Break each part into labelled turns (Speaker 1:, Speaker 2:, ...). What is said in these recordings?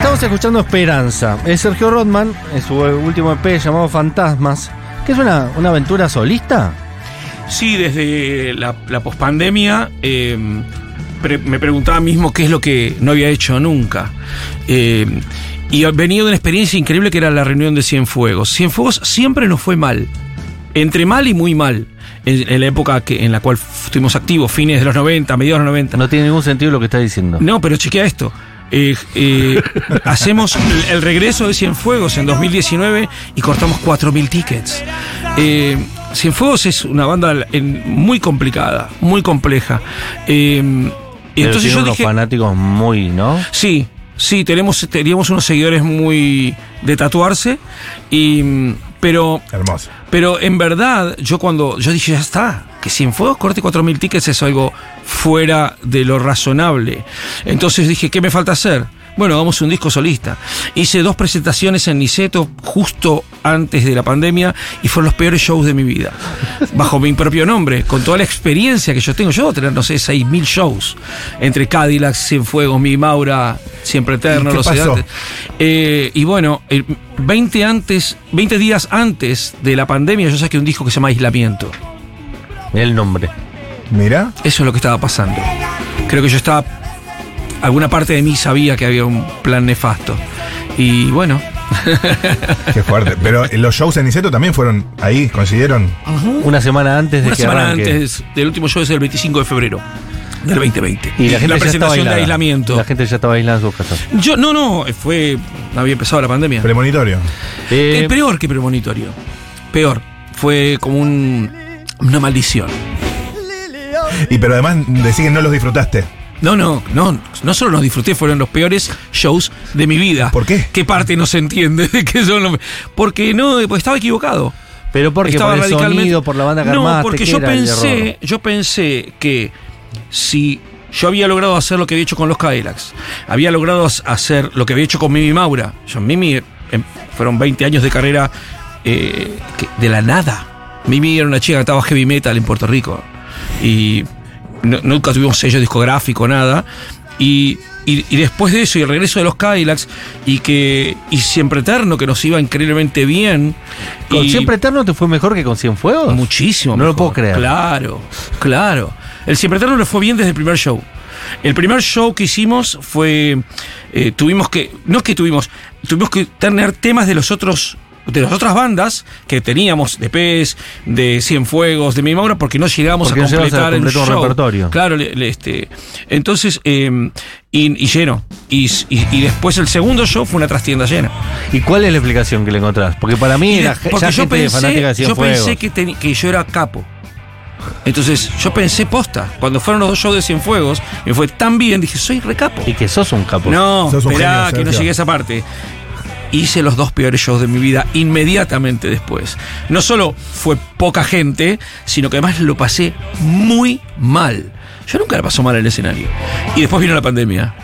Speaker 1: Estás escuchando Esperanza. Es Sergio Rodman en su último EP llamado Fantasmas, que es una, una aventura solista.
Speaker 2: Sí, desde la, la pospandemia eh, pre- me preguntaba mismo qué es lo que no había hecho nunca. Eh, y venía de una experiencia increíble que era la reunión de Cienfuegos. Cienfuegos siempre nos fue mal, entre mal y muy mal, en, en la época que, en la cual estuvimos activos, fines de los 90, mediados de los 90.
Speaker 1: No tiene ningún sentido lo que estás diciendo.
Speaker 2: No, pero chequea esto. Eh, eh, hacemos el, el regreso de Cienfuegos en 2019 y cortamos 4.000 tickets. Eh, Cienfuegos es una banda en- muy complicada, muy compleja. Eh,
Speaker 1: Pero
Speaker 2: entonces
Speaker 1: tiene
Speaker 2: yo
Speaker 1: unos
Speaker 2: dije,
Speaker 1: fanáticos muy, ¿no?
Speaker 2: sí, sí, tenemos, teníamos unos seguidores muy de tatuarse, y, mm, pero
Speaker 3: Hermoso.
Speaker 2: pero en verdad, yo cuando. Yo dije, ya está. Que Cienfuegos corte 4.000 tickets es algo fuera de lo razonable. Entonces dije, ¿qué me falta hacer? Bueno, hagamos un disco solista. Hice dos presentaciones en Niceto justo antes de la pandemia y fueron los peores shows de mi vida. Bajo mi propio nombre, con toda la experiencia que yo tengo. Yo debo tener, no sé, 6.000 shows. Entre Cadillac, Cienfuegos, Mi Maura, Siempre Eterno,
Speaker 3: ¿Y qué
Speaker 2: Los
Speaker 3: pasó?
Speaker 2: Sedantes. Eh, y bueno, el 20, antes, 20 días antes de la pandemia yo saqué un disco que se llama Aislamiento.
Speaker 1: Mirá el nombre.
Speaker 3: Mira.
Speaker 2: Eso es lo que estaba pasando. Creo que yo estaba... Alguna parte de mí sabía que había un plan nefasto. Y bueno,
Speaker 3: Qué fuerte. Pero eh, los shows en Niceto también fueron ahí, consiguieron.
Speaker 2: Ah.
Speaker 1: Una semana antes de
Speaker 2: una
Speaker 1: que
Speaker 2: semana
Speaker 1: arranque.
Speaker 2: antes del último show es el 25 de febrero del 2020.
Speaker 1: Y la gente ya estaba
Speaker 2: presentación de
Speaker 1: aislada.
Speaker 2: aislamiento.
Speaker 1: La gente ya estaba aislada en sus casas.
Speaker 2: Yo, no, no, fue... Había empezado la pandemia.
Speaker 3: Premonitorio.
Speaker 1: Eh,
Speaker 2: Eh, peor que premonitorio. Peor. Fue como un, una maldición.
Speaker 3: Y pero además decís que no los disfrutaste.
Speaker 2: No, no, no, no solo los disfruté, fueron los peores shows de mi vida.
Speaker 3: ¿Por qué?
Speaker 2: ¿Qué parte no se entiende de que son los- Porque no, porque estaba equivocado.
Speaker 1: pero porque
Speaker 2: estaba
Speaker 1: por el sonido, por la banda que
Speaker 2: No,
Speaker 1: armaste,
Speaker 2: porque
Speaker 1: ¿qué
Speaker 2: yo
Speaker 1: era el error?
Speaker 2: pensé, yo pensé que si yo había logrado hacer lo que había hecho con los Cadillacs, había logrado as- hacer lo que había hecho con Mimi Maura. Yo, Mimi eh, fueron 20 años de carrera eh, que- de la nada. Mimi era una chica que estaba heavy metal en Puerto Rico y no- nunca tuvimos sello discográfico, nada. Y, y- y después de eso, y el regreso de los Cadillacs, y que y Siempre Eterno, que nos iba increíblemente bien.
Speaker 1: ¿Con
Speaker 2: y-
Speaker 1: Siempre Eterno te fue mejor que con Cienfuegos?
Speaker 2: Muchísimo.
Speaker 1: No lo
Speaker 2: mejor.
Speaker 1: puedo creer.
Speaker 2: Claro, claro. El Siempre Eterno le fue bien desde el primer show. El primer show que hicimos fue. eh, tuvimos que. No es que tuvimos. Tuvimos que tener temas de los otros. De las otras bandas que teníamos, de Pez, de Cienfuegos, de Mi Maura, porque no llegamos
Speaker 1: Porque
Speaker 2: a
Speaker 1: no llegabas a
Speaker 2: completar el
Speaker 1: completar un
Speaker 2: show.
Speaker 1: repertorio.
Speaker 2: Claro, le- le- este, entonces, eh, y, y lleno. Y, y- y después el segundo show fue una trastienda llena.
Speaker 1: ¿Y cuál es la explicación que le encontrás? Porque para mí
Speaker 2: Y de-
Speaker 1: era ge- ya gente fanática de
Speaker 2: yo
Speaker 1: Cienfuegos.
Speaker 2: pensé que, teni- que yo era capo. Entonces, yo pensé posta. Cuando fueron los dos shows de Cienfuegos, me fue tan bien, dije, soy recapo.
Speaker 1: Y que sos un capo.
Speaker 2: No,
Speaker 3: Sos un genio,
Speaker 2: esperá, que no
Speaker 3: Sergio.
Speaker 2: llegué a esa parte. Hice los dos peores shows de mi vida inmediatamente después. No solo fue poca gente, sino que además lo pasé muy mal. Yo nunca la paso mal en el escenario. Y después vino la pandemia.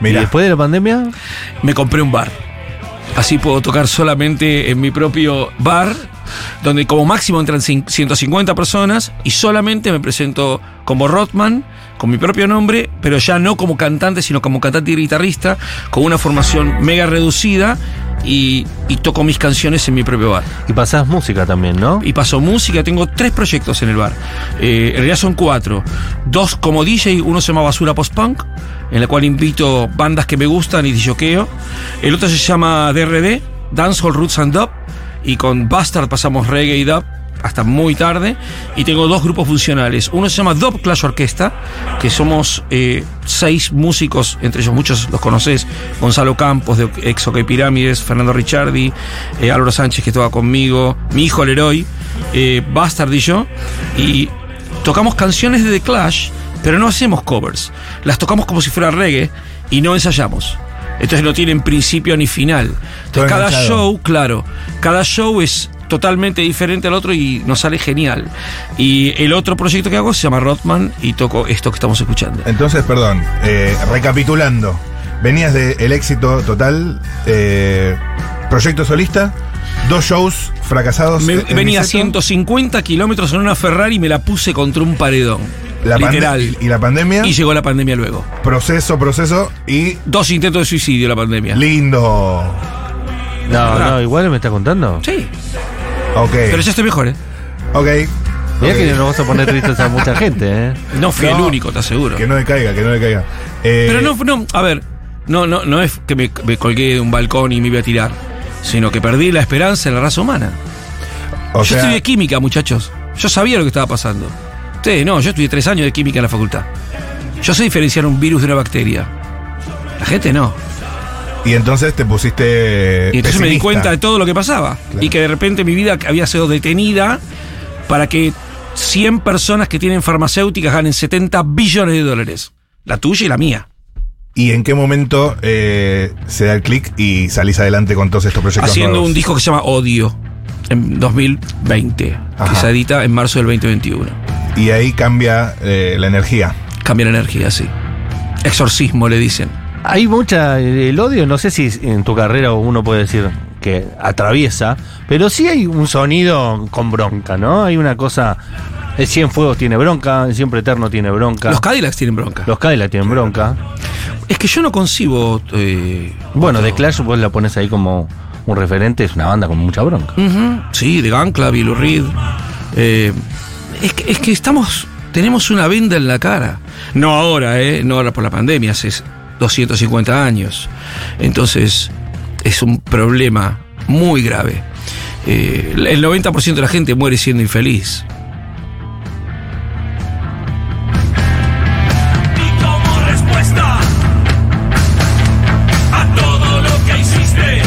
Speaker 1: ¿Y
Speaker 3: Mira.
Speaker 1: después de la pandemia?
Speaker 2: Me compré un bar. Así puedo tocar solamente en mi propio bar, donde como máximo entran cin- 150 personas y solamente me presento como Rotman, con mi propio nombre, pero ya no como cantante, sino como cantante y guitarrista, con una formación mega reducida y, y toco mis canciones en mi propio bar.
Speaker 1: Y pasás música también, ¿no?
Speaker 2: Y paso música, tengo tres proyectos en el bar. Eh, en realidad son cuatro. Dos como DJ, uno se llama Basura Post Punk, en la cual invito bandas que me gustan y disjoqueo. El otro se llama DRD, Dancehall Roots and Dub, y con Bastard pasamos reggae y dub hasta muy tarde. Y tengo dos grupos funcionales. Uno se llama Dub Clash Orquesta, que somos eh, seis músicos, entre ellos muchos los conoces, Gonzalo Campos de Ex OK Pirámides, Fernando Ricciardi, eh, Álvaro Sánchez que estaba conmigo, mi hijo Leroy, eh, Bastard y yo. Y tocamos canciones de The Clash, pero no hacemos covers. Las tocamos como si fuera reggae y no ensayamos. Entonces no tienen principio ni final.
Speaker 3: Todo
Speaker 2: Entonces, cada
Speaker 3: enganchado.
Speaker 2: show show, Uh, claro, cada show es totalmente diferente al otro y nos sale genial. Y el otro proyecto que hago se llama Rotman y toco esto que estamos escuchando.
Speaker 3: Entonces, perdón, eh, recapitulando. Venías del éxito total, eh, proyecto solista, dos shows fracasados.
Speaker 2: Me-
Speaker 3: en
Speaker 2: venía a
Speaker 3: Niceto.
Speaker 2: 150 kilómetros en una Ferrari y me la puse contra un paredón.
Speaker 3: La pande-
Speaker 2: literal.
Speaker 3: y la pandemia.
Speaker 2: Y llegó la pandemia luego.
Speaker 3: Proceso, proceso y
Speaker 2: Dos intentos de suicidio la pandemia.
Speaker 3: lindo.
Speaker 1: No,
Speaker 2: Pará.
Speaker 1: no, igual me está contando.
Speaker 3: Eh.
Speaker 2: sí,
Speaker 3: Ok.
Speaker 2: pero ya estoy mejor, ¿eh?
Speaker 3: Ok.
Speaker 1: Mirá
Speaker 3: Ok.
Speaker 1: que no vas a poner tristes a mucha gente, ¿eh?
Speaker 2: No fui
Speaker 3: No.
Speaker 2: el único, te aseguro.
Speaker 3: Que no le caiga, que no le caiga. Eh,
Speaker 2: Pero no, no, a ver, no, no, no es que me, me colgué de un balcón y me iba a tirar, sino que perdí la esperanza en la raza humana.
Speaker 3: O
Speaker 2: yo
Speaker 3: sea,
Speaker 2: estudié química, muchachos. Yo sabía lo que estaba pasando. Ustedes no, yo estudié tres años de química en la facultad. Yo sé diferenciar un virus de una bacteria. La gente no.
Speaker 3: y entonces te pusiste.
Speaker 2: Y entonces me di
Speaker 3: pesimista.
Speaker 2: cuenta de todo lo que pasaba.
Speaker 3: Claro.
Speaker 2: Y que de repente mi vida había sido detenida para que 100 personas que tienen farmacéuticas ganen 70 billones de dólares. La tuya y la mía.
Speaker 3: ¿Y en qué momento eh, se da el clic y salís adelante con todos estos proyectos?
Speaker 2: haciendo
Speaker 3: nuevos?
Speaker 2: un disco que se llama Odio en 2020,
Speaker 3: Ajá.
Speaker 2: que se edita en marzo del 2021.
Speaker 3: Y ahí cambia eh, la energía.
Speaker 2: Cambia la energía, sí. Exorcismo, le dicen.
Speaker 1: Hay mucha. El odio, no sé si en tu carrera uno puede decir que atraviesa, pero sí hay un sonido con bronca, ¿no? Hay una cosa. El Cien Fuegos tiene bronca, el Siempre Eterno tiene bronca.
Speaker 2: Los Cadillacs tienen bronca.
Speaker 1: Los Cadillac tienen bronca.
Speaker 2: Es que yo no concibo. eh,
Speaker 1: Bueno,
Speaker 2: otro-
Speaker 1: The Clash vos la pones ahí como un referente, es una banda con mucha bronca.
Speaker 2: Ujú, Sí, de Gun Club, Lou Reed. Eh, es, que, es que estamos. Tenemos una venda en la cara. No ahora, ¿eh? No ahora por la pandemia, hace 250 años. Entonces, es un problema muy grave. Eh, el 90% de la gente muere siendo infeliz.
Speaker 4: Y como respuesta a todo lo que hiciste,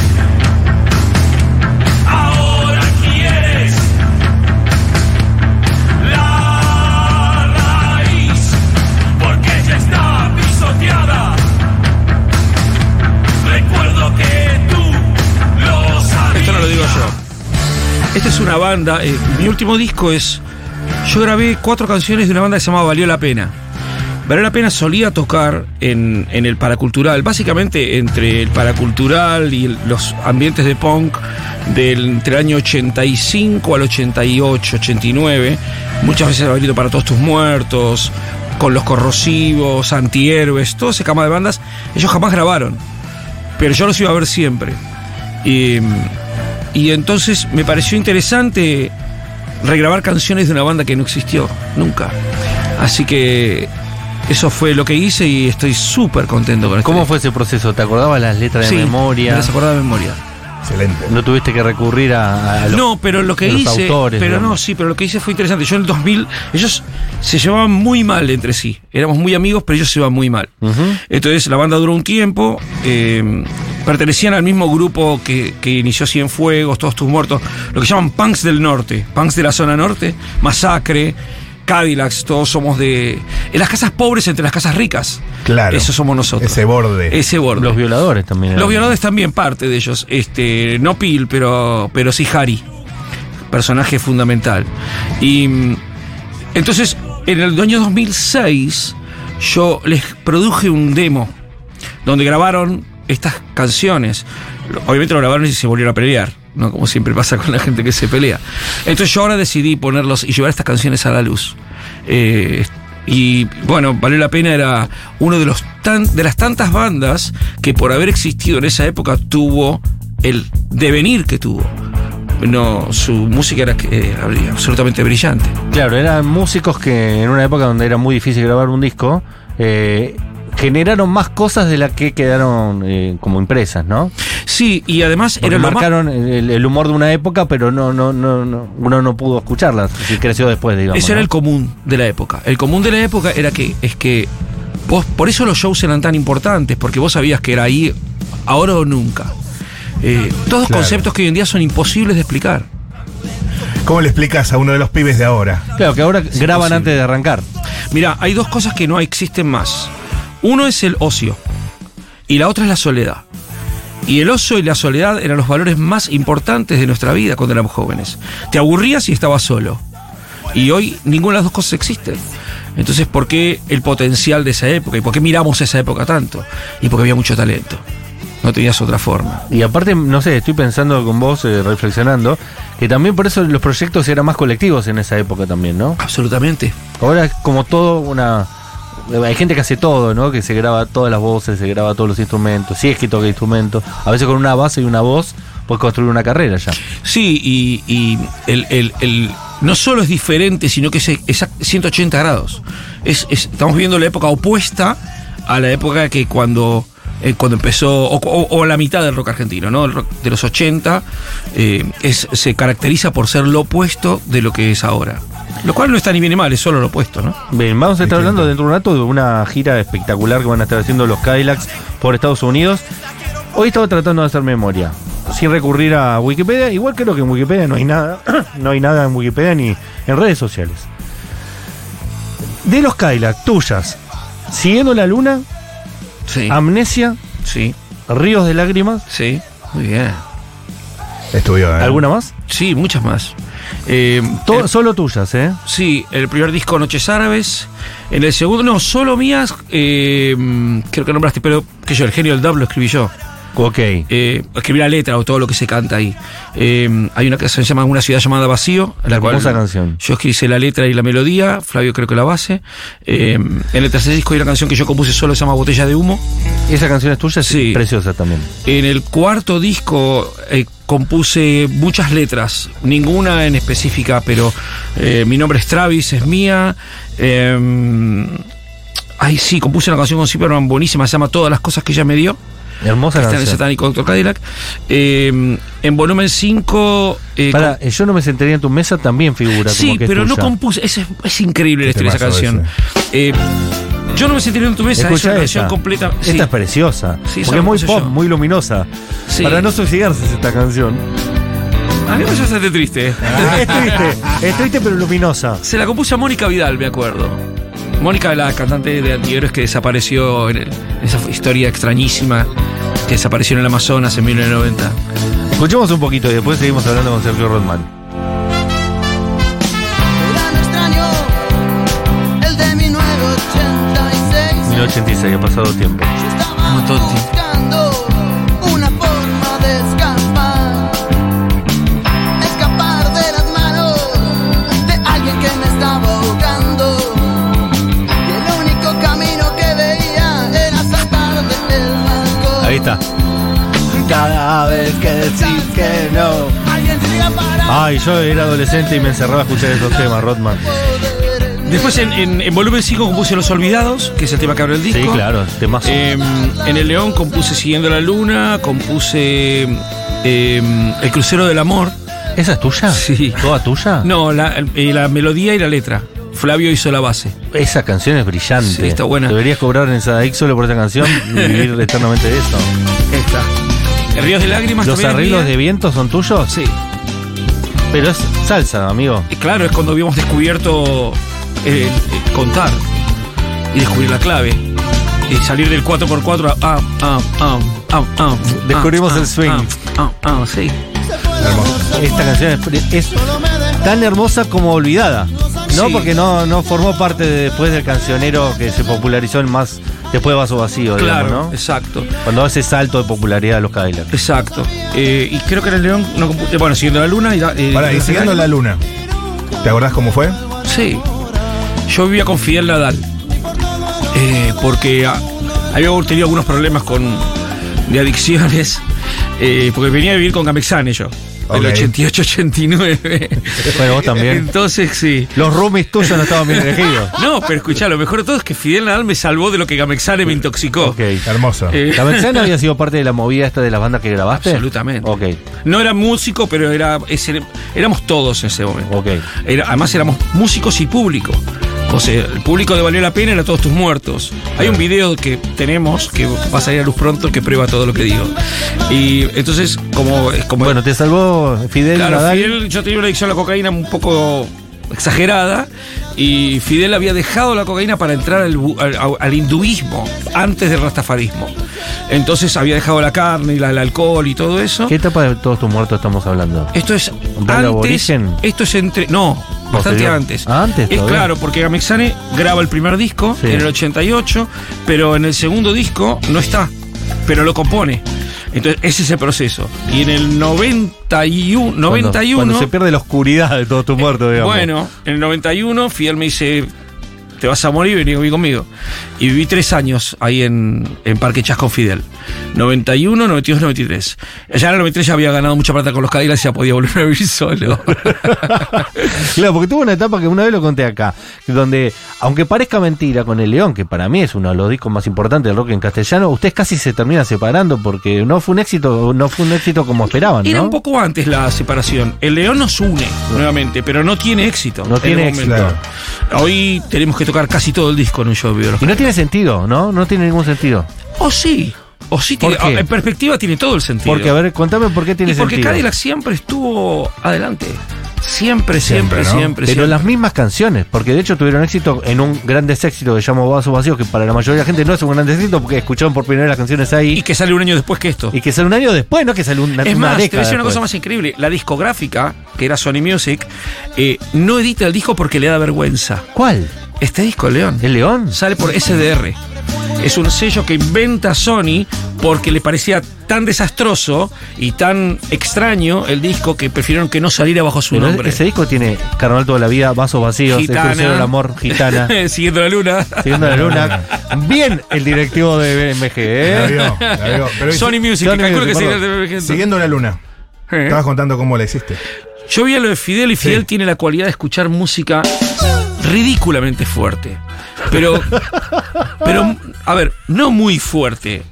Speaker 4: ahora quieres la raíz, porque ya está pisoteada. Recuerdo que tú lo sabías.
Speaker 2: Esto no lo digo yo. Esta es una banda. eh, mi último disco es. Yo grabé cuatro canciones de una banda que se llamaba Valió la Pena. Valió la Pena solía tocar en, en el paracultural, básicamente entre el paracultural y el- los ambientes de punk del, entre el año 85 al 88, 89. Muchas veces ha venido para todos tus muertos, con los corrosivos, antihéroes, toda esa cama de bandas. Ellos jamás grabaron, pero yo los iba a ver siempre. Y, y entonces me pareció interesante regrabar canciones de una banda que no existió nunca. Así que eso fue lo que hice y estoy súper contento con esto.
Speaker 1: ¿Cómo fue ese proceso? ¿Te acordabas las letras de memoria?
Speaker 2: Me las acordaba de memoria.
Speaker 3: Excelente.
Speaker 1: ¿No tuviste que recurrir a, a los-
Speaker 2: no, pero lo que
Speaker 1: los
Speaker 2: hice.
Speaker 1: autores,
Speaker 2: pero no,
Speaker 1: digamos.
Speaker 2: sí, pero lo que hice fue interesante. Yo en el 2000, ellos se llevaban muy mal entre sí. Éramos muy amigos, pero ellos se llevaban muy mal.
Speaker 1: Ujú.
Speaker 2: Entonces la banda duró un tiempo. eh, pertenecían al mismo grupo que, que inició Cienfuegos, Todos Tus Muertos, lo que llaman punks del norte, punks de la zona norte, Masacre, Cadillacs, todos somos de. En las casas pobres entre las casas ricas.
Speaker 3: Claro.
Speaker 2: Eso somos nosotros.
Speaker 3: Ese borde.
Speaker 2: Ese borde.
Speaker 1: Los violadores también. eran-
Speaker 2: Los violadores también parte de ellos. Este, no Pil, pero, pero sí Harry. Personaje fundamental. Y mm, entonces, en el año 2006, yo les produje un demo donde grabaron estas canciones. Lo- Obviamente lo grabaron y se volvieron a pelear, ¿no? Como siempre pasa con la gente que se pelea. Entonces yo ahora decidí ponerlos y llevar estas canciones a la luz. Eh, y bueno, valió la pena, era uno de los tan- de las tantas bandas que por haber existido en esa época tuvo el devenir que tuvo. No, su música era eh, absolutamente brillante.
Speaker 1: Claro, eran músicos que en una época donde era muy difícil grabar un disco, eh, generaron más cosas de las que quedaron eh, como impresas, ¿no?
Speaker 2: Sí, y además
Speaker 1: Porque
Speaker 2: era lo más-
Speaker 1: marcaron el, el humor de una época, pero no, no, no, no- uno no pudo escucharlas. Si creció después, digamos.
Speaker 2: Eso era
Speaker 1: ¿no?
Speaker 2: el común de la época. El común de la época era que es que vos, por eso los shows eran tan importantes, porque vos sabías que era ahí ahora o nunca. Eh, todos
Speaker 3: Claro.
Speaker 2: conceptos que hoy en día son imposibles de explicar.
Speaker 3: ¿Cómo le explicas a uno de los pibes de ahora?
Speaker 1: Claro, que ahora graban
Speaker 2: imposible.
Speaker 1: antes de arrancar.
Speaker 2: Mira, hay dos cosas que no existen más. Uno es el ocio y la otra es la soledad. Y el ocio y la soledad eran los valores más importantes de nuestra vida cuando éramos jóvenes. Te aburrías y estabas solo. Y hoy ninguna de las dos cosas existe. Entonces, ¿por qué el potencial de esa época? ¿Y por qué miramos esa época tanto? Y porque había mucho talento. No tenías otra forma.
Speaker 1: Y aparte, no sé, estoy pensando con vos, eh, reflexionando, que también por eso los proyectos eran más colectivos en esa época también, ¿no?
Speaker 2: Absolutamente.
Speaker 1: Ahora es como todo una... Hay gente que hace todo, ¿no? Que se graba todas las voces, se graba todos los instrumentos, si es que toca instrumentos. A veces con una base y una voz puedes construir una carrera ya.
Speaker 2: Sí, y, y el, el- el- no solo es diferente, sino que es, es 180 grados. Es, es- estamos viendo la época opuesta a la época que cuando, eh, cuando empezó, o, o- o la mitad del rock argentino, ¿no? El rock de los 80 eh, es- se caracteriza por ser lo opuesto de lo que es ahora. Lo cual no está ni bien ni mal, es solo lo opuesto, ¿no?
Speaker 1: Bien, vamos a estar hablando dentro de un rato de una gira espectacular que van a estar haciendo los Cadillacs por Estados Unidos. Hoy estaba tratando de hacer memoria, sin recurrir a Wikipedia. Igual creo que en Wikipedia no hay nada, no hay nada en Wikipedia ni en redes sociales. De los Cadillacs, tuyas, siguiendo la luna,
Speaker 2: Sí.
Speaker 1: amnesia,
Speaker 2: sí,
Speaker 1: ríos de lágrimas,
Speaker 2: sí. Muy bien.
Speaker 3: Estudió, ¿eh?
Speaker 1: ¿alguna más?
Speaker 2: Sí, muchas más. Eh,
Speaker 1: To- solo tuyas, ¿eh?
Speaker 2: Sí, el primer disco Noches Árabes. En el segundo, no, solo mías, eh, creo que nombraste, pero que yo, el genio del dub lo escribí yo.
Speaker 1: Ok.
Speaker 2: Eh, escribí la letra o todo lo que se canta ahí. Eh, hay una canción llamada Una ciudad llamada Vacío. en
Speaker 1: La famosa canción.
Speaker 2: Yo escribí la letra y la melodía, Flavio creo que la base. Eh, en el tercer disco hay una canción que yo compuse solo, se llama Botella de Humo.
Speaker 1: Esa canción es tuya, sí.
Speaker 2: Sí.
Speaker 1: Preciosa también.
Speaker 2: En el cuarto disco eh, compuse muchas letras, ninguna en específica, pero eh, mi nombre es Travis, es mía. Eh, ay, sí, compuse una canción con Zipperman buenísima, se llama Todas las cosas que ella me dio.
Speaker 1: Hermosa
Speaker 2: que está en el
Speaker 1: canción.
Speaker 2: satánico Doctor Cadillac. Eh, en volumen 5.
Speaker 1: Pará, eh, yo no me sentaría en tu mesa, también figura
Speaker 2: Sí,
Speaker 1: como que es
Speaker 2: pero no
Speaker 1: tuya.
Speaker 2: compuse. ese Es, es increíble la historia de esa
Speaker 3: temazo
Speaker 2: canción. Eh, yo no me sentiría en tu mesa, es
Speaker 1: Escuchá
Speaker 2: una
Speaker 1: esta.
Speaker 2: canción completa.
Speaker 1: Esta
Speaker 2: sí.
Speaker 1: es preciosa.
Speaker 2: Sí, esa
Speaker 1: porque
Speaker 2: la
Speaker 1: es muy
Speaker 2: puse
Speaker 1: pop,
Speaker 2: yo.
Speaker 1: muy luminosa.
Speaker 2: Sí.
Speaker 1: Para no suicidarse es esta canción.
Speaker 2: A mí me parece bastante triste.
Speaker 1: es triste, es triste pero luminosa.
Speaker 2: Se la compuse a Mónica Vidal, me acuerdo. Mónica, la cantante de antihéroes que desapareció en el- esa historia extrañísima que desapareció en el Amazonas en 1990.
Speaker 1: Escuchemos un poquito y después seguimos hablando con Sergio Rodman.
Speaker 5: Verano extraño, el de 1986.
Speaker 1: 1986, ha pasado tiempo.
Speaker 5: Yo
Speaker 2: Un
Speaker 5: estaba
Speaker 2: montón, sí.
Speaker 5: buscando una forma de escapar, escapar de las manos de alguien que me estaba ahogando. Y el único camino que veía era saltar del barco.
Speaker 1: Ahí está. Cada vez que decís que no.
Speaker 5: Alguien sería para
Speaker 1: Ay, yo era adolescente y me encerraba a escuchar esos temas, Rodman.
Speaker 5: poder.
Speaker 2: Después en, en- en volumen 5 compuse Los Olvidados, que es el tema que abre el disco.
Speaker 1: Sí, claro, temas.
Speaker 2: Eh, en El León compuse Siguiendo la Luna, compuse eh, El Crucero del Amor.
Speaker 1: ¿Esa es tuya?
Speaker 2: Sí.
Speaker 1: ¿Toda tuya?
Speaker 2: No, la, eh, la melodía y la letra. Flavio hizo la base.
Speaker 1: Esa canción es brillante.
Speaker 2: Sí, está buena.
Speaker 1: Deberías cobrar en Sadaic solo por esa canción y vivir eternamente de eso.
Speaker 2: Esta. Ríos de Lágrimas.
Speaker 1: ¿Los
Speaker 2: también es
Speaker 1: arreglos
Speaker 2: mía.
Speaker 1: de viento son tuyos?
Speaker 2: Sí.
Speaker 1: Pero es salsa, amigo.
Speaker 2: Y claro, es cuando habíamos descubierto el- el contar y descubrir la clave. Y salir del 4x4 a. ah, ah, ah, ah, ah,
Speaker 1: Descubrimos
Speaker 2: ah,
Speaker 1: el swing.
Speaker 2: Ah, ah, ah, sí.
Speaker 1: Esta canción es, pre- es tan hermosa como olvidada. No,
Speaker 2: Sí.
Speaker 1: porque no, no formó parte de- después del cancionero que se popularizó en más después de Vaso Vacío,
Speaker 2: Claro,
Speaker 1: digamos, ¿no?
Speaker 2: exacto.
Speaker 1: Cuando hace salto de popularidad a los Cadillacs.
Speaker 2: Exacto. Eh, y creo que era el león. no compu- eh, bueno, siguiendo la luna. Y, la- eh,
Speaker 3: Pará, y
Speaker 2: la-
Speaker 3: siguiendo la luna. ¿Te acordás cómo fue?
Speaker 2: Sí. Yo vivía con Fidel Nadal. eh, porque ah, había tenido algunos problemas con de adicciones. eh, porque venía a vivir con Camexane yo.
Speaker 3: Ok.
Speaker 2: Del 88-89.
Speaker 1: Bueno, vos también.
Speaker 2: Entonces, sí.
Speaker 1: Los roomies tuyos no estaban bien elegidos.
Speaker 2: No, pero escuchá, lo mejor de todo es que Fidel Nadal me salvó de lo que Gamexane me intoxicó.
Speaker 1: Ok.
Speaker 3: Hermoso.
Speaker 2: Eh,
Speaker 1: ¿La Mezzana había sido parte de la movida esta de las bandas que grabaste?
Speaker 2: Absolutamente.
Speaker 1: Ok,
Speaker 2: No era músico, pero era ese- éramos todos en ese momento.
Speaker 1: ok.
Speaker 2: Era- además éramos músicos y público. O sea, el público de Valió la Pena era Todos Tus Muertos. Hay un video que tenemos que va a salir a luz pronto que prueba todo lo que digo. Y entonces, como... como
Speaker 1: Bueno, te salvó Fidel
Speaker 2: Claro,
Speaker 1: Nadal.
Speaker 2: Fidel, yo tenía una adicción a la cocaína un poco exagerada y Fidel había dejado la cocaína para entrar al, bu- al- al- al hinduismo antes del rastafarismo. Entonces había dejado la carne, y la- el alcohol y todo eso.
Speaker 1: ¿Qué etapa de todos tus muertos estamos hablando?
Speaker 2: Esto es
Speaker 1: ¿Del
Speaker 2: antes.
Speaker 1: aborigen?
Speaker 2: Esto es entre. No, bastante
Speaker 1: Posterior.
Speaker 2: antes.
Speaker 1: Ah, antes
Speaker 2: Es
Speaker 1: todavía.
Speaker 2: claro, porque Gamexane graba el primer disco
Speaker 1: Sí.
Speaker 2: en el 88, pero en el segundo disco no está, pero lo compone. Entonces, ese es el proceso. Y en el 91,
Speaker 1: Cuando-
Speaker 2: 91
Speaker 1: Cuando, se pierde la oscuridad de todos tus muertos, digamos.
Speaker 2: Eh, bueno, en el 91 Fidel me dice, te vas a morir, vení, vení conmigo. Y viví tres años ahí en, en Parque Chas con Fidel. 91, 92, 93. Ya en el 93 ya había ganado mucha plata con los Cadillacs y ya podía volver a vivir solo.
Speaker 1: Ah, Claro, porque tuvo una etapa que una vez lo conté acá, donde, aunque parezca mentira, con El León, que para mí es uno de los discos más importantes del rock en castellano, ustedes casi se terminan separando porque no fue un éxito, no fue un éxito como esperaban, ¿no?
Speaker 2: Era un poco antes la separación. El León nos une nuevamente, pero no tiene éxito.
Speaker 1: No
Speaker 2: en
Speaker 1: tiene
Speaker 2: el
Speaker 1: éxito.
Speaker 2: momento. Hoy tenemos que tocar casi todo el disco en un show de Violeta.
Speaker 1: Y no tiene sentido, ¿no? No tiene ningún sentido.
Speaker 2: O sí. O sí
Speaker 1: ¿Por
Speaker 2: tiene,
Speaker 1: qué?
Speaker 2: en perspectiva tiene todo el sentido.
Speaker 1: Porque, a ver, contame por qué tiene
Speaker 2: y porque
Speaker 1: sentido.
Speaker 2: Cadillac siempre estuvo adelante. Siempre, siempre, siempre,
Speaker 3: Siempre, ¿no?
Speaker 2: siempre.
Speaker 1: Pero las mismas canciones, porque de hecho tuvieron éxito en un gran éxito que llamó Vasos Vacíos, que para la mayoría de la gente no es un gran éxito porque escucharon por primera vez las canciones ahí.
Speaker 2: Y que sale un año después que esto.
Speaker 1: Y que sale un año después, no que sale una, una
Speaker 2: es más, te voy a
Speaker 1: década.
Speaker 2: decir una cosa
Speaker 1: después.
Speaker 2: más increíble. La discográfica, que era Sony Music, eh, no edita el disco porque le da vergüenza.
Speaker 1: ¿Cuál?
Speaker 2: Este disco, León.
Speaker 1: ¿El León?
Speaker 2: sale por SDR. Es un sello que inventa Sony porque le parecía tan desastroso y tan extraño el disco que prefirieron que no saliera bajo su
Speaker 1: Pero
Speaker 2: nombre.
Speaker 1: ese disco tiene Carnaval toda la vida, Vasos Vacíos, El Crucero del Amor, Gitana,
Speaker 2: Siguiendo la luna.
Speaker 1: Siguiendo la Luna. Bien el directivo de BMG,
Speaker 3: La
Speaker 1: ¿eh?
Speaker 3: vio, la vio. Pero dice,
Speaker 2: Sony Music,
Speaker 1: Sony
Speaker 2: que calculo
Speaker 1: Music,
Speaker 2: que
Speaker 1: perdón.
Speaker 2: sería-
Speaker 3: Siguiendo la luna.
Speaker 2: Eh.
Speaker 3: Estabas contando cómo la hiciste.
Speaker 2: Yo vi a lo de Fidel y Fidel
Speaker 3: Sí.
Speaker 2: tiene la cualidad de escuchar música ridículamente fuerte. Pero, pero a ver, no muy fuerte.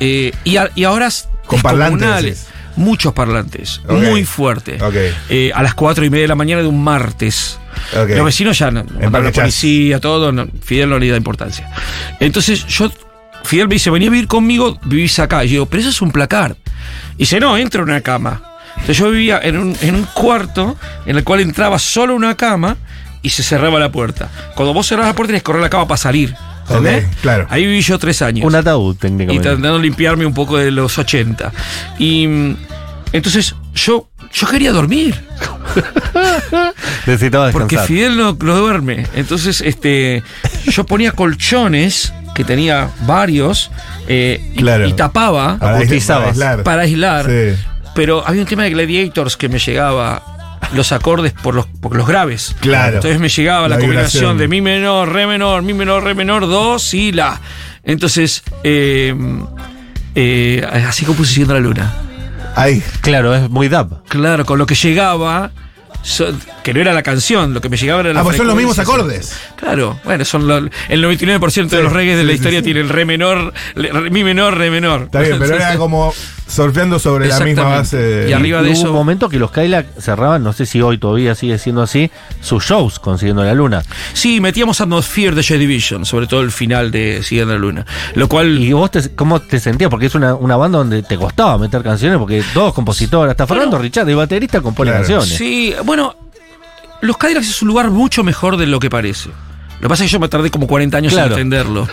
Speaker 2: Eh, y, a- y ahora es
Speaker 3: Con parlantes,
Speaker 2: descomunales.
Speaker 3: decís.
Speaker 2: Muchos parlantes,
Speaker 3: Ok.
Speaker 2: muy fuerte.
Speaker 3: Ok.
Speaker 2: Eh, a las cuatro y media de la mañana de un martes.
Speaker 3: Ok.
Speaker 2: Los vecinos ya no, mandaron a
Speaker 3: Parque
Speaker 2: la
Speaker 3: Chas.
Speaker 2: policía, todo, no, Fidel no le da importancia. Entonces yo, Fidel me dice, vení a vivir conmigo, vivís acá. Y yo digo, pero eso es un placard. Y dice, no, entra una cama. Entonces yo vivía en un, en un cuarto en el cual entraba solo una cama y se cerraba la puerta. Cuando vos cerrás la puerta tenés que correr la cama para salir. ¿entendés?
Speaker 3: Ok, claro.
Speaker 2: Ahí viví yo tres años.
Speaker 1: Un ataúd,
Speaker 2: Y
Speaker 1: técnicamente.
Speaker 2: tratando de limpiarme un poco de los 80. Y mm, entonces yo, yo quería dormir.
Speaker 1: Necesitaba
Speaker 2: Porque
Speaker 1: descansar.
Speaker 2: Fidel no, no duerme. Entonces, este, yo ponía colchones, que tenía varios, eh, y-
Speaker 3: Claro.
Speaker 2: y, tapaba
Speaker 3: Para aisla-
Speaker 1: Acustizabas.
Speaker 3: para aislar.
Speaker 2: para aislar.
Speaker 3: Sí.
Speaker 2: Pero había un tema de Gladiators que me llegaba los acordes por los, por los graves.
Speaker 3: Claro.
Speaker 2: Entonces me llegaba la,
Speaker 3: La
Speaker 2: combinación
Speaker 3: vibración.
Speaker 2: de mi menor, re menor, mi menor, re menor, dos y la. Entonces, eh, eh, así compuse Siguiendo la Luna.
Speaker 3: Ahí.
Speaker 1: Claro, es muy dab.
Speaker 2: Claro, con lo que llegaba, so- que no era la canción, lo que me llegaba era la
Speaker 3: Ah, pues son los mismos
Speaker 2: frecuencia.
Speaker 3: acordes.
Speaker 2: Claro, bueno, son lo- el 99% de
Speaker 3: Sí,
Speaker 2: los reggae de
Speaker 3: sí,
Speaker 2: la
Speaker 3: sí,
Speaker 2: historia
Speaker 3: sí.
Speaker 2: tiene el re menor, le- re- mi menor, re menor.
Speaker 3: Está bien, pero era como surfeando sobre la misma
Speaker 2: Exactamente.
Speaker 3: base. de-
Speaker 2: Y arriba de
Speaker 1: Hubo
Speaker 2: eso-
Speaker 1: un momento que los Cadillac cerraban, no sé si hoy todavía sigue siendo así, sus shows consiguiendo la luna.
Speaker 2: Sí, metíamos Atmosphere de Joy Division, sobre todo el final de Siguiendo la Luna, lo cual
Speaker 1: ¿Y vos te- cómo te sentías? Porque es una, una banda donde te costaba meter canciones, porque todos compositores, hasta Fernando Richard, el baterista, compone
Speaker 3: Claro.
Speaker 1: canciones.
Speaker 2: Sí, bueno, los Cadillacs es un lugar mucho mejor de lo que parece. Lo que pasa es que yo me tardé como 40 años
Speaker 1: Claro.
Speaker 2: en entenderlo,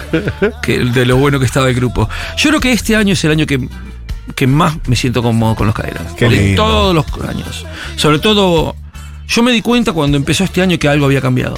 Speaker 2: que, de lo bueno que estaba el grupo. Yo creo que este año es el año que, que más me siento cómodo con los Cadillacs.
Speaker 3: Qué
Speaker 2: de
Speaker 3: lindo.
Speaker 2: todos los años. Sobre todo, yo me di cuenta cuando empezó este año que algo había cambiado.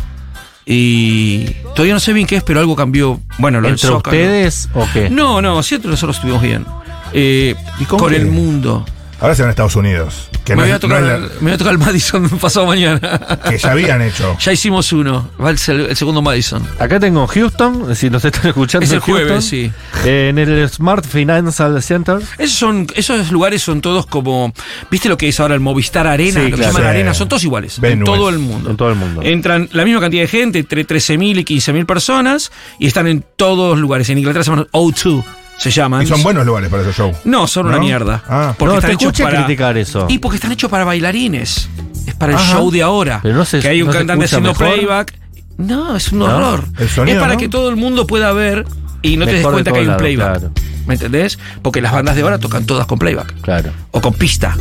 Speaker 2: Y todavía no sé bien qué es, pero algo cambió. Bueno, lo del
Speaker 1: ¿Entre
Speaker 2: Zócalo.
Speaker 1: ustedes o qué?
Speaker 2: No, no, siempre nosotros estuvimos bien. Eh,
Speaker 3: ¿Y con
Speaker 2: con
Speaker 3: qué?
Speaker 2: el mundo.
Speaker 3: Ahora se van a Estados Unidos. Que,
Speaker 2: Me
Speaker 3: no
Speaker 2: voy,
Speaker 3: es-
Speaker 2: a tocar,
Speaker 3: no es la-
Speaker 2: el- me voy a tocar el Madison pasado mañana.
Speaker 3: que ya habían hecho.
Speaker 2: Ya hicimos uno, va el, sel- el segundo Madison.
Speaker 1: Acá tengo Houston, si nos están escuchando.
Speaker 2: Es el
Speaker 1: en Houston,
Speaker 2: jueves, sí.
Speaker 1: eh, En el Smart Financial Center.
Speaker 2: Esos, son, esos lugares son todos como. ¿Viste lo que es ahora el Movistar Arena?
Speaker 1: Sí,
Speaker 2: lo que
Speaker 1: claro.
Speaker 2: llaman
Speaker 3: Sí.
Speaker 2: Arena, son todos iguales. En
Speaker 3: Venues.
Speaker 2: todo el mundo.
Speaker 1: En todo el mundo.
Speaker 2: Entran la misma cantidad de gente, entre 13.000 y 15.000 personas, y están en todos lugares. En Inglaterra se llaman O2, se llaman.
Speaker 3: Y son buenos lugares para ese show.
Speaker 2: No, son una
Speaker 3: ¿No?
Speaker 2: mierda.
Speaker 3: Ah.
Speaker 1: No, te escuché criticar eso.
Speaker 2: Y porque están hechos para bailarines. Es para el
Speaker 3: Ajá.
Speaker 2: show de ahora.
Speaker 1: Pero no se-
Speaker 2: que hay un
Speaker 1: no se
Speaker 2: cantante
Speaker 1: escucha
Speaker 2: haciendo
Speaker 1: mejor.
Speaker 2: playback. No, es un
Speaker 1: No,
Speaker 2: horror.
Speaker 3: el sonido,
Speaker 2: es para
Speaker 3: ¿no?
Speaker 2: que todo el mundo pueda ver y no te des
Speaker 1: Mejor de
Speaker 2: cuenta que hay un
Speaker 1: todos
Speaker 2: playback.
Speaker 1: lados,
Speaker 2: ¿Me entendés? Porque las bandas de ahora tocan todas con playback.
Speaker 1: Claro.
Speaker 2: O con pista.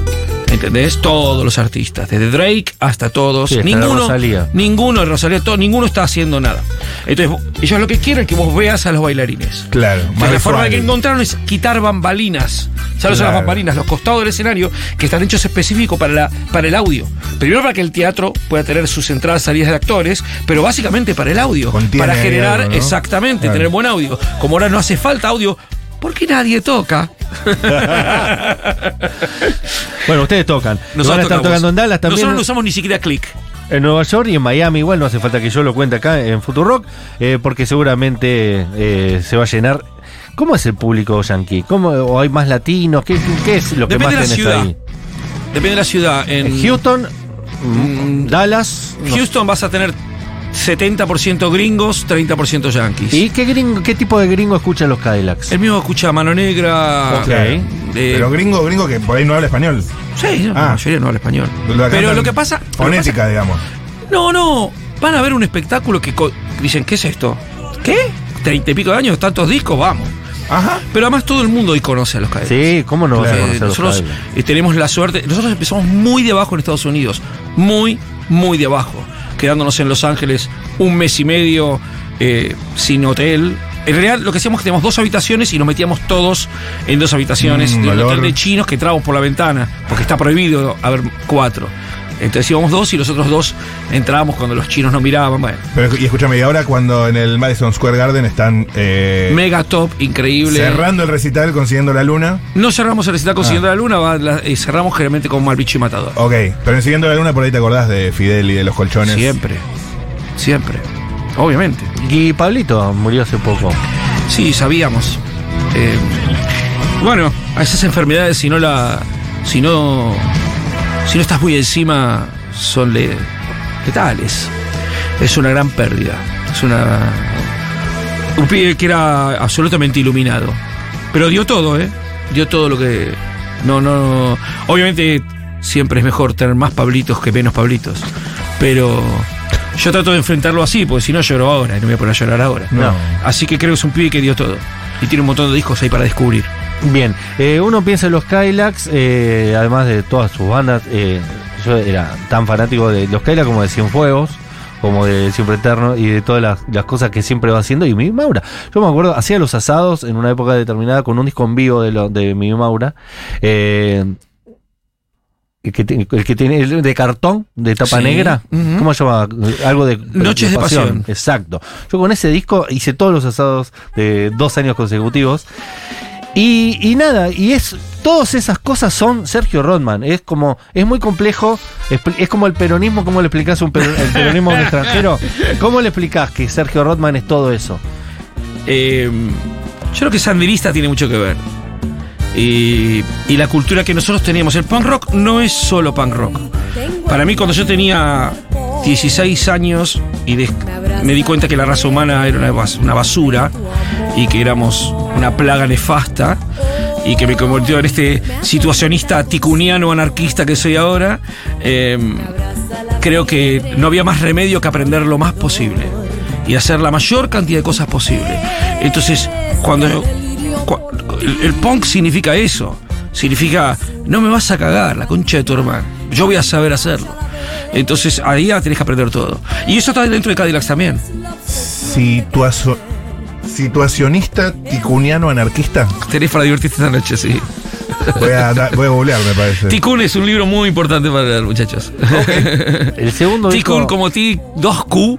Speaker 2: ¿Me entendés? Todos los artistas, desde Drake hasta todos.
Speaker 1: Sí, hasta
Speaker 2: ninguno,
Speaker 1: Rosalía.
Speaker 2: ninguno, Rosalía, todo, ninguno está haciendo nada. Entonces, ellos lo que quieren es que vos veas a los bailarines.
Speaker 3: Claro.
Speaker 2: O sea, la forma
Speaker 3: visual.
Speaker 2: que encontraron es quitar bambalinas. ¿Sabes? Son las
Speaker 3: Claro.
Speaker 2: bambalinas, los costados del escenario que están hechos específicos para, la, para el audio. Primero para que el teatro pueda tener sus entradas, salidas de actores, pero básicamente para el audio.
Speaker 3: Contiene
Speaker 2: para generar,
Speaker 3: algo, ¿no?
Speaker 2: exactamente,
Speaker 3: Claro.
Speaker 2: tener buen audio. Como ahora no hace falta audio, porque nadie toca.
Speaker 1: Bueno, ustedes tocan.
Speaker 2: Nosotros
Speaker 1: van a estar
Speaker 2: tocamos.
Speaker 1: tocando en Dallas también.
Speaker 2: Nosotros no usamos ni siquiera click.
Speaker 1: En Nueva York y en Miami, igual no hace falta que yo lo cuente acá en Futurock, eh, porque seguramente eh, se va a llenar. ¿Cómo es el público yanqui? ¿Cómo, ¿O hay más latinos? ¿Qué, qué es lo que
Speaker 2: Depende
Speaker 1: más tenés
Speaker 2: de la ciudad.
Speaker 1: ahí?
Speaker 2: Depende de la ciudad. En
Speaker 1: En Houston, mm, Dallas. no sé.
Speaker 2: Houston vas a tener 70% gringos, 30% yankees.
Speaker 1: ¿Y qué, gringo, qué tipo de gringo escuchan los Cadillacs?
Speaker 2: El mismo escucha Mano Negra.
Speaker 1: Ok.
Speaker 2: eh,
Speaker 3: Pero gringo, gringo que por ahí no habla español.
Speaker 2: sí, no,
Speaker 3: Ah.
Speaker 2: la mayoría no habla español.
Speaker 3: Lo
Speaker 2: Pero
Speaker 3: cantan
Speaker 2: lo que pasa. lo que
Speaker 3: Fonética, digamos.
Speaker 2: pasa- no, no. Van a ver un espectáculo que co- dicen, ¿qué es esto? ¿Qué? Treinta y pico de años, tantos discos, vamos.
Speaker 3: Ajá.
Speaker 2: Pero además todo el mundo hoy conoce a los Cadillacs.
Speaker 1: Sí, ¿cómo no vas a
Speaker 2: Eh,
Speaker 1: conocer los
Speaker 2: nosotros
Speaker 1: Cadillacs?
Speaker 2: eh, tenemos la suerte, nosotros empezamos muy de abajo en Estados Unidos, muy, muy de abajo, quedándonos en Los Ángeles un mes y medio eh, sin hotel. En realidad lo que hacíamos es que teníamos dos habitaciones y nos metíamos todos en dos habitaciones
Speaker 3: Mm,
Speaker 2: de un
Speaker 3: valor.
Speaker 2: hotel de chinos que entrábamos por la ventana, porque está prohibido haber cuatro. Entonces íbamos dos y los otros dos entrábamos cuando los chinos nos miraban. Bueno,
Speaker 3: Pero, y escúchame, y ahora cuando en el Madison Square Garden están eh,
Speaker 2: mega top, increíble.
Speaker 3: cerrando el recital, consiguiendo la luna.
Speaker 2: No cerramos el
Speaker 3: Ah.
Speaker 2: recital con Siguiendo la Luna, va la- eh, cerramos generalmente con Malvicho y Matador.
Speaker 3: Ok, pero en siguiendo la luna por ahí te acordás de Fidel y de los colchones.
Speaker 2: Siempre, siempre, obviamente.
Speaker 1: Y Pablito murió hace poco.
Speaker 2: Sí, sabíamos. Eh, bueno, a esas enfermedades, si no la. Si no. Si no estás muy encima, son le- letales. Es una gran pérdida. Es una. Un pibe que era absolutamente iluminado. Pero dio todo, ¿eh? Dio todo lo que. No, no. Obviamente, siempre es mejor tener más Pablitos que menos Pablitos. Pero. Yo trato de enfrentarlo así, porque si no lloro ahora y no me voy a poner a llorar ahora.
Speaker 1: No.
Speaker 2: Así que creo que es un pibe que dio todo. Y tiene un montón de discos ahí para descubrir.
Speaker 1: Bien, eh, uno piensa en los Cadillacs, eh, además de todas sus bandas, eh, yo era tan fanático de los Cadillacs como de Cienfuegos, como de Siempre Eterno y de todas las, las cosas que siempre va haciendo. Y mi Maura, yo me acuerdo, hacía los asados en una época determinada con un disco en vivo de, lo, de mi Maura. eh, el que, te- el que tiene el de cartón de tapa
Speaker 2: Sí,
Speaker 1: negra
Speaker 2: ujú.
Speaker 1: cómo se llama algo de
Speaker 2: Noches de pasión.
Speaker 1: exacto yo con ese disco hice todos los asados de dos años consecutivos y, y nada, y es. Todas esas cosas son Sergio Rodman. Es como. Es muy complejo. expli- Es como el peronismo. ¿Cómo le explicás un peron- el peronismo a un extranjero? ¿Cómo le explicás que Sergio Rodman es todo eso?
Speaker 2: Eh, yo creo que Sandinista tiene mucho que ver. Y, y la cultura que nosotros teníamos. El punk rock no es solo punk rock. Para mí, cuando yo tenía 16 años y des- me di cuenta que la raza humana era una, bas- una basura y que éramos una plaga nefasta y que me convirtió en este situacionista ticuniano anarquista que soy ahora, eh, creo que no había más remedio que aprender lo más posible y hacer la mayor cantidad de cosas posible. Entonces, cuando yo- cua- el, el punk significa eso, significa no me vas a cagar la concha de tu hermano, yo voy a saber hacerlo. Entonces ahí ya tenés que aprender todo. Y eso está dentro de Cadillacs también.
Speaker 3: Situazo- situacionista, ticuniano, anarquista.
Speaker 2: Tenés para divertirte esta noche, sí.
Speaker 3: Voy a, da- voy a googlear, me parece.
Speaker 2: Ticún es un libro muy importante para leer, muchachos.
Speaker 1: El segundo
Speaker 2: Ticún
Speaker 1: disco.
Speaker 2: como ti, 2Q.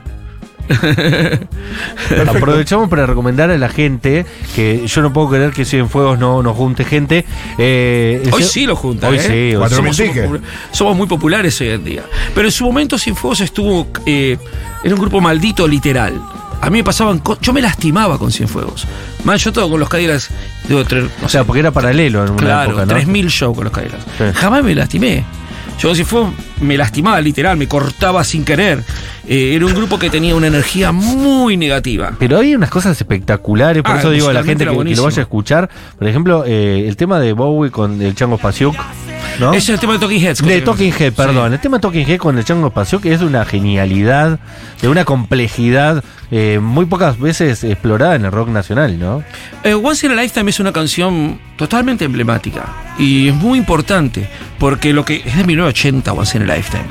Speaker 1: Aprovechamos para recomendar a la gente que yo no puedo creer que Cienfuegos no nos junte gente. eh, el
Speaker 2: Hoy
Speaker 1: se-
Speaker 2: sí lo juntan.
Speaker 1: Hoy
Speaker 2: ¿eh?
Speaker 1: sí, hoy sí.
Speaker 3: Cuatro
Speaker 2: somos,
Speaker 3: mil tickets.
Speaker 2: somos popula- somos muy populares hoy en día. Pero en su momento Cienfuegos estuvo. eh, era un grupo maldito literal. A mí me pasaban. co- Yo me lastimaba con Cienfuegos. Más yo todo con los Cadillacs. Debo tener, no
Speaker 1: O sea, porque era paralelo en una
Speaker 2: Claro,
Speaker 1: época, ¿no?
Speaker 2: 3.000 shows con los Cadillacs.
Speaker 1: Sí.
Speaker 2: Jamás me lastimé. Yo, si fue, me lastimaba literal, me cortaba sin querer. Eh, era un grupo que tenía una energía muy negativa.
Speaker 1: Pero hay unas cosas espectaculares, por
Speaker 2: Ah,
Speaker 1: eso digo a la
Speaker 2: musicalmente
Speaker 1: gente
Speaker 2: era
Speaker 1: que, que lo
Speaker 2: buenísimo.
Speaker 1: vaya a escuchar. Por ejemplo, eh, el tema de Bowie con el Chango Spasiuk, ¿no?
Speaker 2: Ese es el tema de Talking Heads.
Speaker 1: de
Speaker 2: creo.
Speaker 1: Talking Head,
Speaker 2: Sí.
Speaker 1: perdón. El tema de Talking Head con el Chango Spasiuk es de una genialidad, de una complejidad eh, muy pocas veces explorada en el rock nacional, ¿no?
Speaker 2: Eh, Once in a Lifetime es una canción totalmente emblemática y es muy importante porque lo que es de 1980 Once in a Lifetime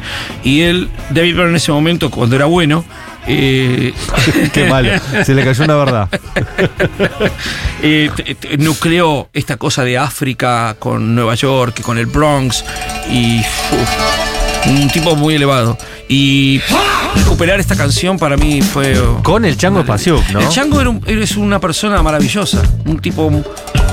Speaker 2: y él David Byrne en ese momento cuando era bueno eh,
Speaker 1: Qué malo, se le cayó una verdad.
Speaker 2: eh, te- te- nucleó esta cosa de África con Nueva York, con el Bronx y uf, un tipo muy elevado. Y recuperar esta canción para mí fue...
Speaker 1: Con el Chango Spasiuk, ¿no?
Speaker 2: El Chango era un- eres una persona maravillosa, un tipo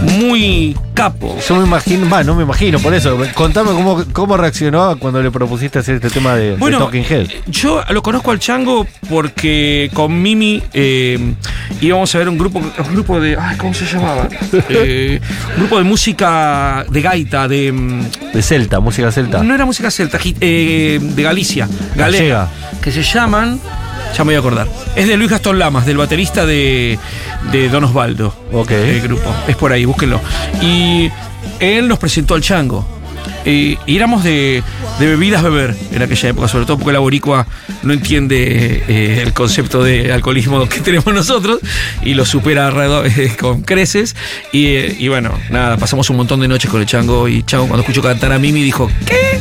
Speaker 2: muy capo.
Speaker 1: Yo me imagino, va, no me imagino, por eso. Contame cómo, cómo reaccionó cuando le propusiste hacer este tema de, de
Speaker 2: Bueno,
Speaker 1: Talking Head.
Speaker 2: yo lo conozco al Chango porque con Mimi eh, íbamos a ver un grupo, un grupo de. Ay, ¿Cómo se llamaba? Eh, un grupo de música de gaita, de. mm,
Speaker 1: De celta, música celta.
Speaker 2: No era música celta, gi- eh, de Galicia, galega.
Speaker 1: Gallega.
Speaker 2: Que se llaman. Ya me voy a acordar. Es de Luis Gastón Lamas, del baterista de, de Don Osvaldo.
Speaker 1: Ok.
Speaker 2: El grupo. Es por ahí, búsquenlo. Y él nos presentó al chango. Eh, y éramos de, de bebidas beber en aquella época, sobre todo porque la boricua no entiende eh, el concepto de alcoholismo que tenemos nosotros y lo supera alrededor, eh, con creces. Y, eh, y bueno, nada, pasamos un montón de noches con el chango y chango cuando escuchó cantar a Mimi dijo, ¿qué?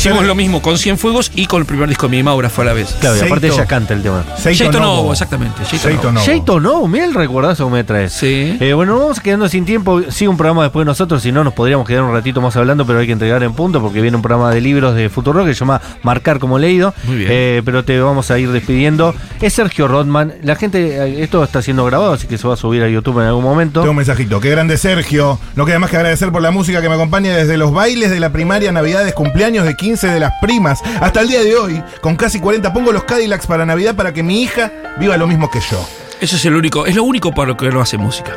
Speaker 2: Pues Hicimos
Speaker 3: ser
Speaker 2: lo mismo con Cien Fuegos y con el primer disco de mi Maura fue a la vez.
Speaker 1: Claro, y aparte
Speaker 3: Seito.
Speaker 1: ella canta el tema.
Speaker 3: Seito
Speaker 2: Seito
Speaker 3: Novo.
Speaker 2: Novo, exactamente, Seito
Speaker 3: Seito
Speaker 2: Novo.
Speaker 3: Novo.
Speaker 1: Jaito no, mira el recuerdazo que me traes.
Speaker 2: Sí.
Speaker 1: Eh, bueno, vamos quedando sin tiempo. Sigue un programa después de nosotros, si no nos podríamos quedar un ratito más hablando, pero hay que entregar en punto porque viene un programa de libros de Futuro que se llama Marcar como leído.
Speaker 2: Muy bien.
Speaker 1: Eh, pero te vamos a ir despidiendo. Es Sergio Rodman. La gente, eh, esto está siendo grabado, así que se va a subir a YouTube en algún momento.
Speaker 3: Tengo un mensajito. Qué grande Sergio. No queda más que agradecer por la música que me acompaña desde los bailes de la primaria, navidades, cumpleaños de 15 de las primas, hasta el día de hoy. Con casi 40 pongo los Cadillacs para Navidad para que mi hija viva lo mismo que yo.
Speaker 2: Eso es el único, es lo único para lo que no hace música.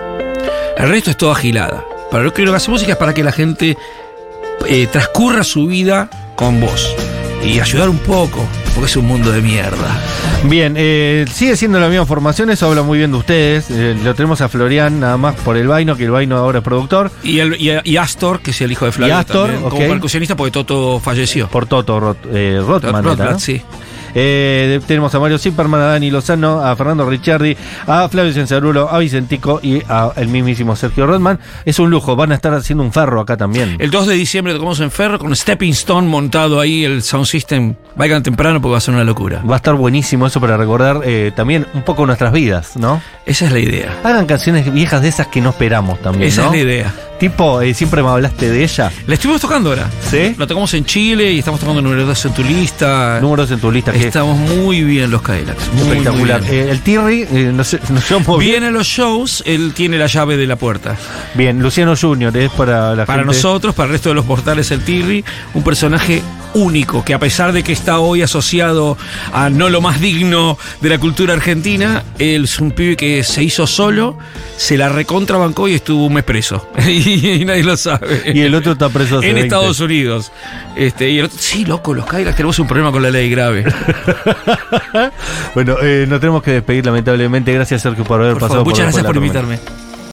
Speaker 2: El resto es todo agilada. Para lo que no hace música es para que la gente eh, transcurra su vida con vos. Y ayudar un poco, porque es un mundo de mierda.
Speaker 1: Bien, eh, sigue siendo la misma formación, eso habla muy bien de ustedes. Eh, lo tenemos a Florian nada más por el vaino, que el vaino ahora es productor.
Speaker 2: Y, el- y- y Astor, que es el hijo de Flavio
Speaker 1: Y Astor,
Speaker 2: también,
Speaker 1: ok.
Speaker 2: como percusionista, porque Toto falleció.
Speaker 1: Por Toto Rot, eh, Rotman.
Speaker 2: Rotblat,
Speaker 1: era, ¿no?
Speaker 2: sí.
Speaker 1: Eh, tenemos a Mario Zipperman, a Dani Lozano, a Fernando Ricciardi, a Flavio Censarulo, a Vicentico y a el mismísimo Sergio Rodman. Es un lujo, van a estar haciendo un ferro acá también.
Speaker 2: El 2 de diciembre tocamos en Ferro con Stepping Stone montado ahí, el Sound System. Vayan temprano porque va a ser una locura.
Speaker 1: Va a estar buenísimo eso para recordar eh, también un poco nuestras vidas, ¿no?
Speaker 2: Esa es la idea.
Speaker 1: Hagan canciones viejas de esas que no esperamos también,
Speaker 2: Esa
Speaker 1: ¿no?
Speaker 2: es la idea.
Speaker 1: Tipo, eh, siempre me hablaste de ella.
Speaker 2: La estuvimos tocando ahora.
Speaker 1: ¿Sí?
Speaker 2: La tocamos en Chile y estamos tocando número 2 en tu lista.
Speaker 1: Números en tu lista que
Speaker 2: Estamos muy bien los Cadillacs. muy, muy
Speaker 1: espectacular.
Speaker 2: bien.
Speaker 1: Eh, el Tirri, eh, nos, nos llevamos bien.
Speaker 2: Viene a los shows, él tiene la llave de la puerta.
Speaker 1: Bien, Luciano Junior es para la
Speaker 2: Para
Speaker 1: gente.
Speaker 2: nosotros, para el resto de los portales, el Tirri, un personaje único, que a pesar de que está hoy asociado a no lo más digno de la cultura argentina, él es un pibe que se hizo solo, se la recontrabancó y estuvo un mes preso. y, nadie lo sabe.
Speaker 1: Y el otro está preso hace
Speaker 2: en
Speaker 1: 20.
Speaker 2: Estados Unidos. Este, y el otro, sí, loco, los Cadillacs tenemos un problema con la ley grave.
Speaker 1: bueno, eh, nos tenemos que despedir lamentablemente. Gracias Sergio por haber
Speaker 2: Por
Speaker 1: pasado
Speaker 2: favor, muchas
Speaker 1: la
Speaker 2: gracias por
Speaker 1: escuela,
Speaker 2: invitarme.
Speaker 1: Romero.